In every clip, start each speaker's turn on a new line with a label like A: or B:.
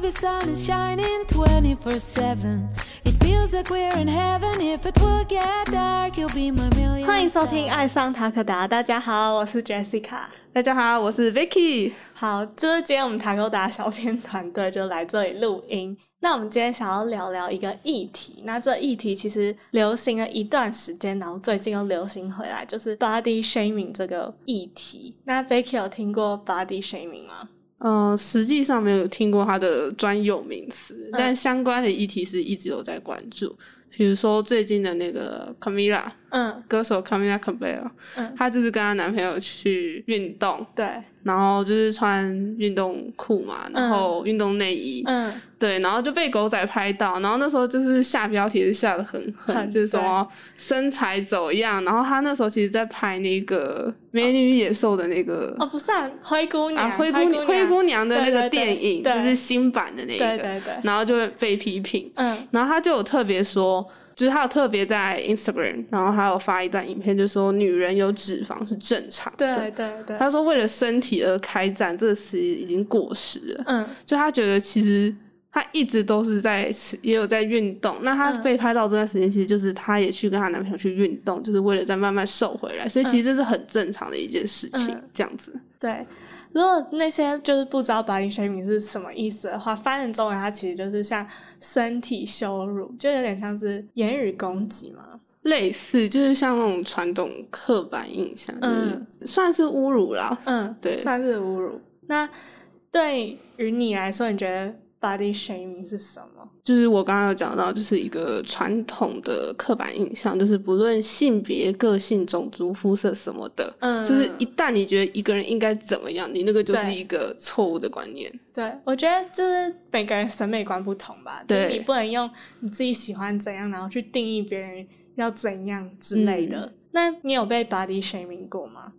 A: the sun is shining 24 7. It feels like we're in heaven. If it will get dark, you'll be my million.
B: 欢迎收听《爱上塔可达》，大家好，我是 Jessica。
C: 大家好，我是 Vicky。
B: 好，就是今天我们塔可达小天团队就来这里录音。那我们今天想要聊聊一个议题，那这议题其实流行了一段时间，然后最近又流行回来，就是 body shaming 这个议题。那 Vicky 有听过 body shaming 吗？
C: 嗯、实际上没有听过它的专有名词，但相关的议题是一直有在关注。比如说最近的那个 Camila
B: 嗯
C: 歌手 Camila Cabello，
B: 嗯，
C: 她就是跟她男朋友去运动，
B: 对，
C: 然后就是穿运动裤嘛，然后运动内衣，
B: 嗯
C: 对，然后就被狗仔拍到，然后那时候就是下标题是下的很狠，
B: 很
C: 就是什么身材走样，然后她那时候其实在拍那个《美女与野兽》的那个
B: 哦，不是啊，灰姑娘，
C: 啊，灰
B: 姑
C: 姑娘嗯灰姑娘的那
B: 对
C: 个
B: 对对
C: 电影，
B: 对
C: 就是新版的那一
B: 对
C: 个，
B: 对对，
C: 然后就会被批评。
B: 嗯
C: 然后他就有特别说，就是他有特别在 Instagram，然后还有发一段影片，就说女人有脂肪是正常的。
B: 对对对，
C: 他说为了身体而开战，这个词已经过时了。
B: 嗯
C: 就他觉得其实他一直都是在吃也有在运动。那他
B: 嗯
C: 被拍到这段时间，其实就是她也去跟她男朋友去运动，就是为了再慢慢瘦回来。所以其实这是很正常的一件事情，
B: 嗯
C: 这样子。
B: 对，如果那些就是不知道白领水平是什么意思的话，翻成中文它其实就是像身体羞辱，就有点像是言语攻击嘛。
C: 类似，就是像那种传统刻板印象，
B: 嗯
C: 就是算是侮辱啦。
B: 嗯，
C: 对
B: 算是侮辱。那对于你来说，你觉得 body shaming 是什么？
C: 就是我刚刚有讲到，就是一个传统的刻板印象，就是不论性别、个性、种族、肤色什么的，
B: 嗯，
C: 就是一旦你觉得一个人应该怎么样，你那个就是
B: 对
C: 一个错误的观念。
B: 对，我觉得就是每个人审美观不同吧，就是
C: 对
B: 你不能用你自己喜欢怎样，然后去定义别人要怎样之类的。
C: 嗯
B: 那你有被 body shaming 过吗？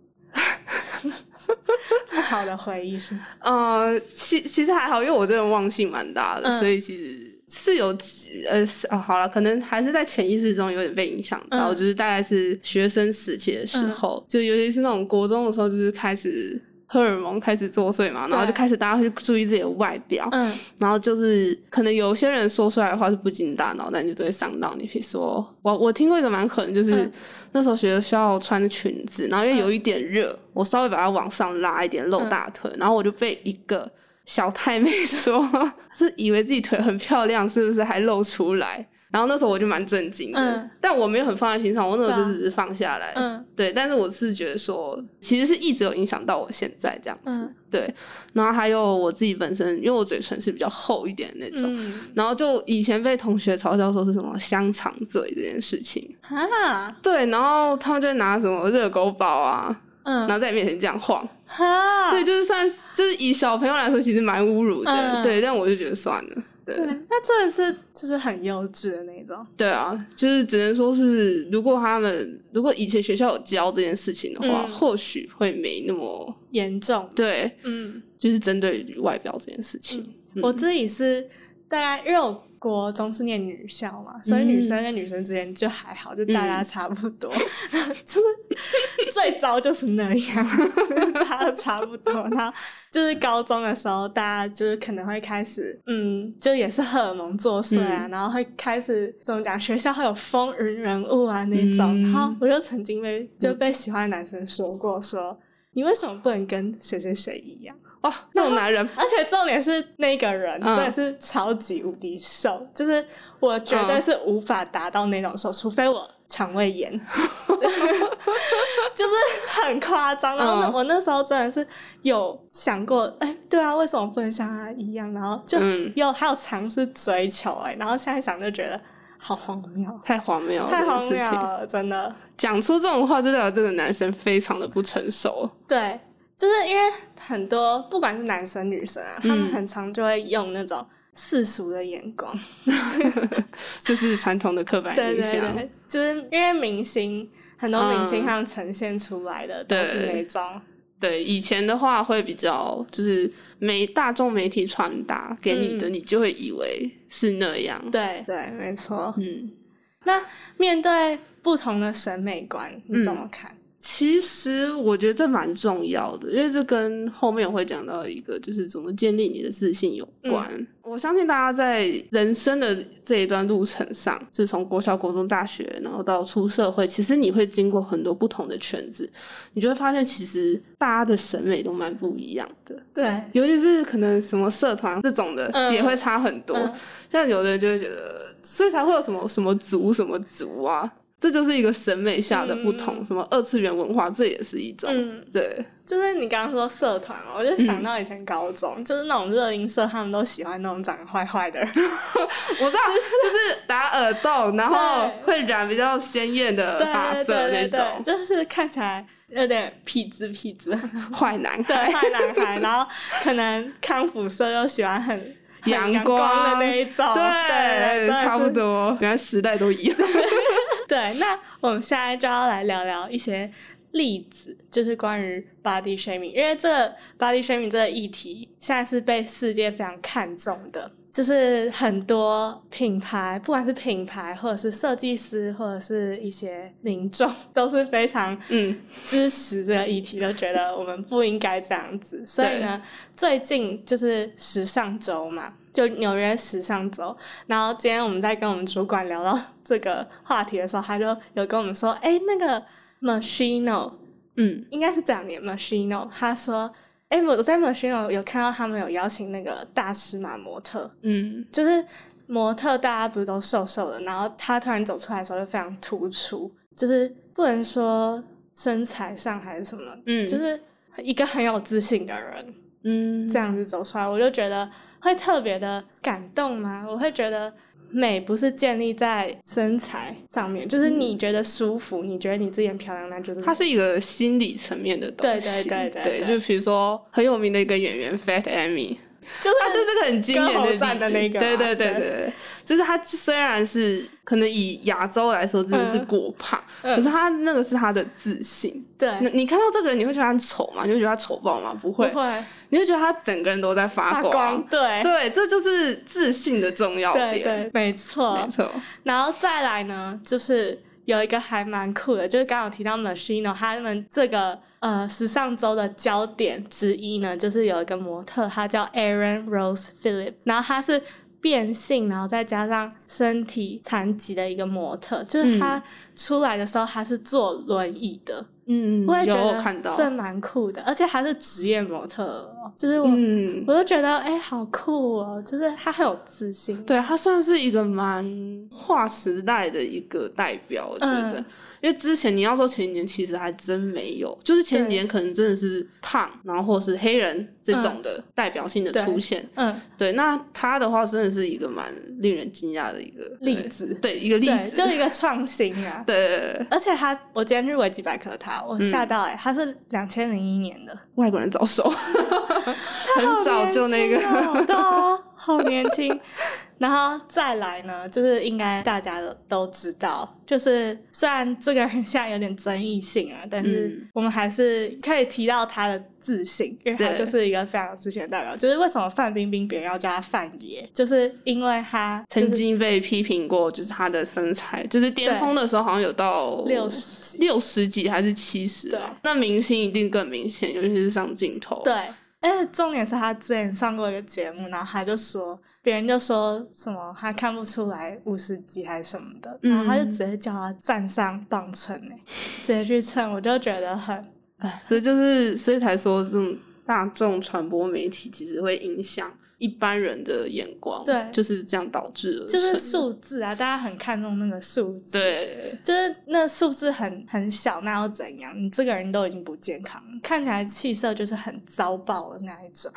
B: 不好的回忆是吗，
C: 呃，其其实还好，因为我这个人忘性蛮大的，
B: 嗯
C: 所以其实是有几呃是啊，好了，可能还是在潜意识中有点被影响到，
B: 嗯
C: 就是大概是学生时期的时候，就尤其是那种国中的时候，就是开始。荷尔蒙开始作祟嘛，然后就
B: 对
C: 开始大家会注意自己的外表，
B: 嗯
C: 然后就是可能有些人说出来的话是不经大脑，但你就会伤到你。比如说，我我听过一个蛮狠的，就是、
B: 嗯
C: 那时候学校穿裙子，然后因为
B: 嗯
C: 有一点热，我稍微把它往上拉一点，露
B: 嗯
C: 大腿，然后我就被一个小太妹说 是以为自己腿很漂亮，是不是还露出来？然后那时候我就蛮震惊的，
B: 嗯
C: 但我没有很放在心上，我那时候
B: 对啊
C: 就只是放下来，
B: 嗯
C: 对，但是我是觉得说，其实是一直有影响到我现在这样子。
B: 嗯
C: 对，然后还有我自己本身，因为我嘴唇是比较厚一点的那种，
B: 嗯，
C: 然后就以前被同学嘲笑说是什么香肠嘴这件事情。
B: 哈，
C: 对，然后他们就会拿什么热狗堡啊，然后
B: 嗯
C: 在你面前这样晃。
B: 哈，
C: 对，就是算就是以小朋友来说，其实蛮侮辱的。
B: 嗯
C: 对，但我就觉得算了。对
B: 对，那真的是就是很幼稚的那种，
C: 对啊，就是只能说是，如果他们如果以前学校有教这件事情的话，
B: 嗯
C: 或许会没那么
B: 严重，
C: 对。
B: 嗯。
C: 就是针对于外表这件事情。嗯
B: 我自己是大概因为我国中是念女校嘛，所以女生
C: 嗯
B: 跟女生之间就还好，就大家差不多， 就是最糟就是那样，大家差不多。然后就是高中的时候，大家就是可能会开始，嗯，就也是荷尔蒙作祟
C: 嗯
B: 啊，然后会开始怎么讲，学校会有风云人物啊那种。
C: 嗯
B: 然后我就曾经被就被喜欢的男生说过说。你为什么不能跟谁谁谁一样？
C: 哇，这种男人，
B: 而且重点是那个人真
C: 嗯
B: 的是超级无敌瘦，就是我绝对
C: 嗯
B: 是无法达到那种瘦，除非我肠胃 炎， 就是很夸张。然后那、
C: 嗯
B: 我那时候真的是有想过，哎、对啊，为什么不能像他一样？然后就
C: 嗯
B: 有、还有尝试追求、哎，然后现在想就觉得好荒谬，
C: 太荒谬了，
B: 太
C: 这件
B: 荒
C: 事
B: 谬
C: 情。
B: 了，真的。
C: 讲出这种话，就代表这个男生非常的不成熟。
B: 对，就是因为很多不管是男生女生啊，他们
C: 嗯
B: 很常就会用那种世俗的眼光，
C: 就是传统的刻板
B: 对
C: 印
B: 对
C: 象。
B: 对，就是因为明星很多明星
C: 嗯
B: 他们呈现出来的都是
C: 对
B: 那种，
C: 对以前的话会比较就是媒大众媒体传达给你的，
B: 嗯
C: 你就会以为是那样。
B: 对对，没错。
C: 嗯，嗯
B: 那面对不同的审美观，你怎么看？
C: 其实我觉得这蛮重要的，因为这跟后面我会讲到一个，就是怎么建立你的自信有
B: 嗯
C: 关。我相信大家在人生的这一段路程上，就是从国小、国中、大学，然后到出社会，其实你会经过很多不同的圈子，你就会发现，其实大家的审美都蛮不一样的。
B: 对，
C: 尤其是可能什么社团这种的
B: 嗯
C: 也会差很多。
B: 嗯
C: 像有的人就会觉得，所以才会有什么什么族什么族啊，这就是一个审美下的不同。
B: 嗯
C: 什么二次元文化，这也是一种。
B: 嗯，
C: 对，
B: 就是你刚刚说社团嘛，我
C: 嗯
B: 就想到以前高中，就是那种热音社，他们都喜欢那种长得坏坏的人。
C: 我知道，就是打耳洞，然后 会染比较鲜艳的 发
B: 对
C: 色那
B: 对对对，
C: 种
B: 就是看起来有点痞子痞 子的
C: 坏男
B: 对
C: 孩。
B: 坏男孩，然后可能康复社又喜欢很很
C: 阳
B: 阳
C: 光
B: 的那一种，哦对，
C: 对，
B: 真的
C: 差不
B: 是
C: 多，原来时代都 一样。
B: 对，那我们现在就要来聊聊一些例子，就是关于 body shaming，因为这个 body shaming 这个议题现在是被世界非常看重的，就是很多品牌，不管是品牌或者是设计师或者是一些民众，都是非常
C: 嗯，
B: 支持这个议题，都觉得我们不应该这样子。所以呢，最近就是时尚周嘛，就纽约时尚周。然后今天我们在跟我们主管聊到这个话题的时候，他就有跟我们说，哎，那个 Machino
C: 嗯，
B: 应该是这两年 Machino，他说，哎，我在 Machino 有看到他们有邀请那个大尺码模特，
C: 嗯，
B: 就是模特大家不是都瘦瘦的，然后她突然走出来的时候就非常突出，就是不能说身材上还是什么，
C: 嗯
B: 就是一个很有自信的人
C: 嗯，
B: 这样子走出来，我就觉得会特别的感动吗？我会觉得。美不是建立在身材上面，就是你觉得舒服，你觉得你自己很漂亮，那就是
C: 嗯它是一个心理层面的东西。
B: 对对对对
C: 对
B: 对
C: 就比如说很有名的一个演员 Fat Amy，
B: 就是
C: 他就是个很经典
B: 歌
C: 的
B: 喉
C: 例子
B: 战的那个嘛
C: 对对
B: 对
C: 对对对，就是他虽然是可能以亚洲来说真的是
B: 嗯
C: 过胖，
B: 嗯
C: 可是他那个是他的自信。那
B: 对，
C: 你看到这个人，你会觉得他丑吗？你会觉得他丑爆吗？不
B: 不
C: 会，
B: 会
C: 你会觉得他整个人都在发
B: 发光，对
C: 对，这就是自信的重要
B: 对
C: 点。
B: 对，没错，
C: 没错。
B: 然后再来呢，就是有一个还蛮酷的，就是刚刚有提到 Machino 他们这个呃时尚周的焦点之一呢，就是有一个模特，她叫 Aaron Rose Phillip，然后她是。变性，然后再加上身体残疾的一个模特，就是她出来的时候，她是坐轮椅的，
C: 嗯，
B: 我也觉
C: 有
B: 得
C: 我看到。
B: 这蛮酷的，而且她是职业模特哦，就是我、
C: 嗯，
B: 我就觉得哎、好酷哦，就是她很有自信，
C: 对，他算是一个蛮划时代的一个代表，我觉得。
B: 嗯
C: 因为之前你要说前几年，其实还真没有，就是前几
B: 对嗯
C: 年可能真的是胖，然后或是黑人这种的代表性的
B: 对
C: 出现。
B: 嗯，
C: 对，那他的话真的是一个蛮令人惊讶的一个
B: 例
C: 对
B: 子
C: 对，一个例
B: 对，
C: 子，
B: 就是一个创新啊，
C: 对对对对
B: 而且他，我今天去维基百科他，我
C: 嗯
B: 吓到哎、欸，他是两千零一年的，
C: 外国人早熟，很
B: 好
C: 早
B: 年
C: 就那个，
B: 轻哦对啊， 好年轻。然后再来呢，就是应该大家都都知道，就是虽然这个人现在有点争议性啊，但是
C: 嗯
B: 我们还是可以提到他的自信，因为他
C: 对
B: 就是一个非常有自信的代表。就是为什么范冰冰别人要叫他范爷，就是因为他、就是、
C: 曾经被批评过，就是他的身材，就是巅
B: 对
C: 峰的时候好像有到
B: 六十几
C: 六十几还是七十
B: 对
C: 啊？那明星一定更明显，尤其是上镜头。
B: 对，，而且重点是他之前上过一个节目，然后他就说，别人就说什么他看不出来五十几还是什么的，然后他就
C: 嗯
B: 直接叫他站上磅秤哎、直接去称，我就觉得很
C: 哎，所以就是所以才说这种大众传播媒体其实会影响一般人的眼光，
B: 对
C: 就是这样导致的，
B: 就是数字啊，大家很看重那个数字，，
C: 对。
B: 就是那数字很很小，那又怎样？你这个人都已经不健康了，看起来气色就是很糟爆的那一种。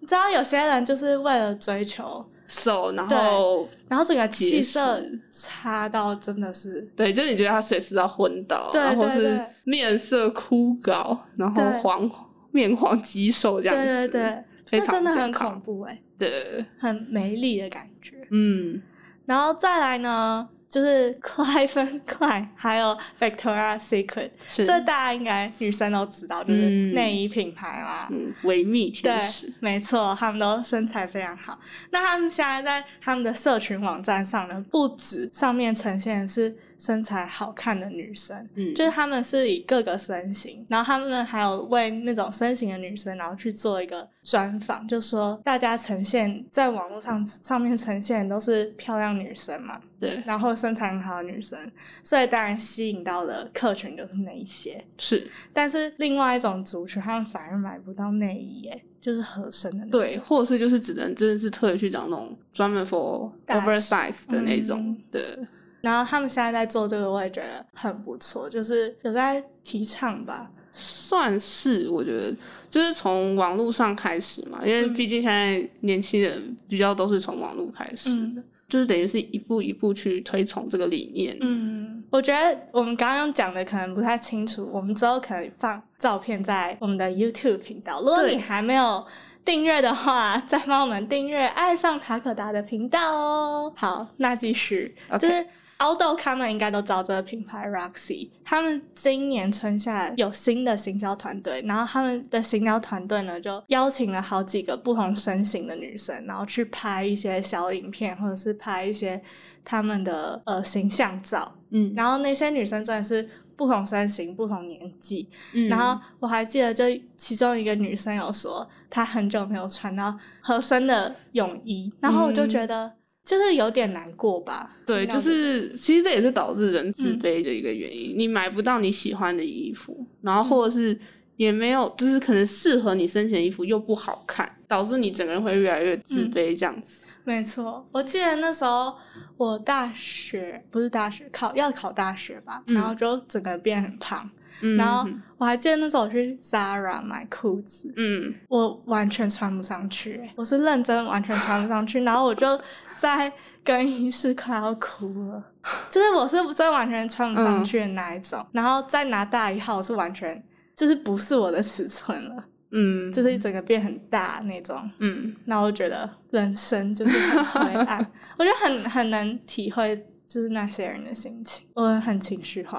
B: 你知道有些人就是为了追求，
C: 瘦，然
B: 对
C: 后
B: 然后整个气
C: 节
B: 色
C: 食
B: 差到真的是
C: 对，就是你觉得他随时要昏倒，
B: 对
C: 然后
B: 对
C: 是
B: 对
C: 面色枯槁，然后
B: 对
C: 黄面黄肌瘦这样
B: 对对
C: 子，
B: 对，
C: 非
B: 那
C: 常
B: 真的
C: 不健
B: 很
C: 康
B: 恐怖哎、
C: 对，
B: 很没力的感觉。
C: 嗯，
B: 然后再来呢，就是克莱 芬克莱还有 Victoria Secret，
C: 是
B: 这大家应该女生都知道，就是
C: 嗯
B: 内衣品牌嘛。
C: 嗯，维密
B: 对
C: 天使，，
B: 没错，他们都身材非常好。那他们现在在他们的社群网站上呢，不止上面呈现的是身材好看的女生，
C: 嗯，
B: 就是他们是以各个身形，然后他们还有为那种身形的女生，然后去做一个专访，就说大家呈现在网络上上面呈现的都是漂亮女生嘛，
C: 对，
B: 然后身材很好的女生，所以当然吸引到的客群就是那一些。
C: 是
B: 但是另外一种族群，他们反而买不到内衣，哎，就是合身的那
C: 对，
B: 种。
C: 或者是就是只能真的是特意去找那种专门 for
B: 大尺
C: oversize 的那种
B: 嗯，
C: 对，
B: 然后他们现在在做这个，我也觉得很不错，就是有在提倡吧。
C: 算是我觉得就是从网络上开始嘛，因为
B: 嗯
C: 毕竟现在年轻人比较都是从网络开始
B: 嗯
C: 的，就是等于是一步一步去推崇这个理念。
B: 嗯，我觉得我们刚刚讲的可能不太清楚，我们之后可能放照片在我们的 YouTube 频道。如果
C: 对
B: 你还没有订阅的话，再帮我们订阅“爱上塔可达”的频道哦。好，那继续
C: OK
B: 就是。凹豆他们应该都知道这个品牌 Roxy，他们今年春夏有新的行销团队，然后他们的行销团队呢就邀请了好几个不同身形的女生，然后去拍一些小影片，或者是拍一些他们的呃形象照。
C: 嗯
B: 然后那些女生真的是不同身形、不同年纪。
C: 嗯
B: 然后我还记得，就其中一个女生有说，她很久没有穿到合身的泳衣，然后我
C: 嗯
B: 就觉得就是有点难过吧。
C: 对，
B: 听
C: 就
B: 到这个
C: 是其实这也是导致人自卑的一个原因。你买不到你喜欢的衣服，然
B: 嗯
C: 后或者是也没有，就是可能适合你身形的衣服又不好看，导致你整个人会越来越自
B: 嗯
C: 卑这样子。
B: 没错，我记得那时候我大学不是大学考要考大学吧，
C: 嗯
B: 然后就整个变很胖。
C: 嗯
B: 然后我还记得那时候我去 Zara 买裤子，
C: 嗯，
B: 我完全穿不上去、欸，我是认真完全穿不上去，然后我就在更衣室快要哭了，就是我是真的完全穿不上去的那一种，然后再拿大一号，我是完全就是不是我的尺寸了，
C: 嗯，
B: 就是整个变很大那种，
C: 嗯，
B: 那我觉得人生就是很灰暗，我觉得很很能体会就是那些人的心情，我很情绪化，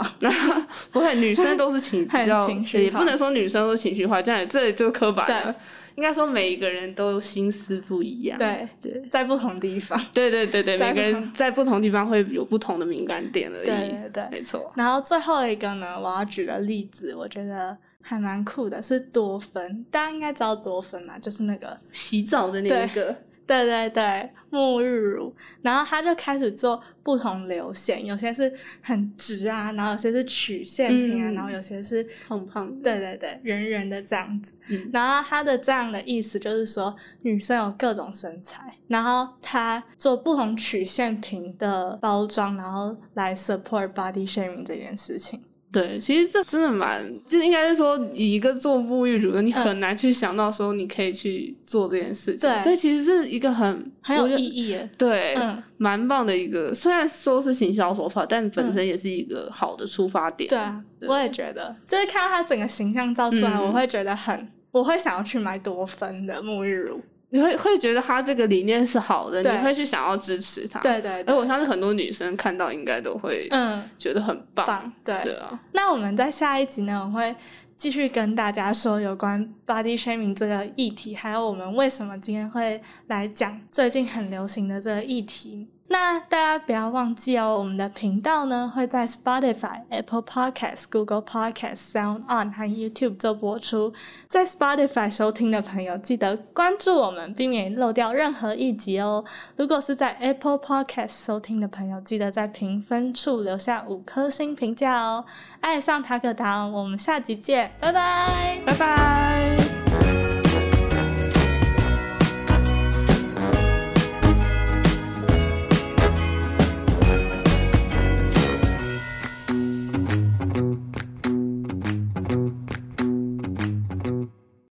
C: 不会，女生都是情
B: 很
C: 比 较
B: 情，绪
C: 也
B: 化
C: 不能说女生都情绪化，这样这就刻板
B: 对
C: 了。应该说每一个人都心思不一样。
B: 对，
C: 对。
B: 在不同地方，
C: 对对对对，
B: 在
C: 每个
B: 不同
C: 人在不同地方会有不同的敏感点而已。
B: 对对对。
C: 没错。
B: 然后最后一个呢，我要举的例子，我觉得还蛮酷的，是多芬。大家应该知道多芬嘛，就是那个，
C: 洗澡的那一
B: 对
C: 个，
B: 对对对，沐浴乳。然后他就开始做不同流线，有些是很直啊，然后有些是曲线平啊，
C: 嗯
B: 然后有些是
C: 胖胖的
B: 对对对，圆圆的这样子。
C: 嗯
B: 然后他的这样的意思就是说，女生有各种身材，然后他做不同曲线平的包装，然后来 support body shaming 这件事情。
C: 对，其实这真的蛮，就是应该是说，以一个做沐浴乳的，你很难去想到说你可以去做这件事情，
B: 嗯对
C: 所以其实是一个很
B: 很
C: 我
B: 有
C: 哎觉得
B: 意义耶。
C: 对，
B: 嗯，
C: 蛮棒的一个，虽然说是行销手法，但本
B: 嗯
C: 身也是一个好的出发点。
B: 对啊，
C: 对
B: 我也觉得，就是看到他整个形象照出来，
C: 嗯
B: 我会觉得很，我会想要去买多芬的沐浴乳。
C: 你会会觉得他这个理念是好的，
B: 对
C: 你会去想要支持他。，
B: 对对
C: 而
B: 对，
C: 我相信很多女生看到应该都会
B: 嗯，
C: 觉得很棒。
B: 棒，
C: 对
B: 对。
C: 啊，
B: 那我们在下一集呢，我会继续跟大家说有关 body shaming 这个议题，还有我们为什么今天会来讲最近很流行的这个议题。那大家不要忘记哦，我们的频道呢会在 Spotify、Apple Podcast、Google Podcast、Sound On 和 YouTube 做播出。在 Spotify 收听的朋友，记得关注我们，避免漏掉任何一集哦。如果是在 Apple Podcast 收听的朋友，记得在评分处留下哦五颗星评价哦。爱上塔可达，我们下集见，拜拜。
C: 拜拜。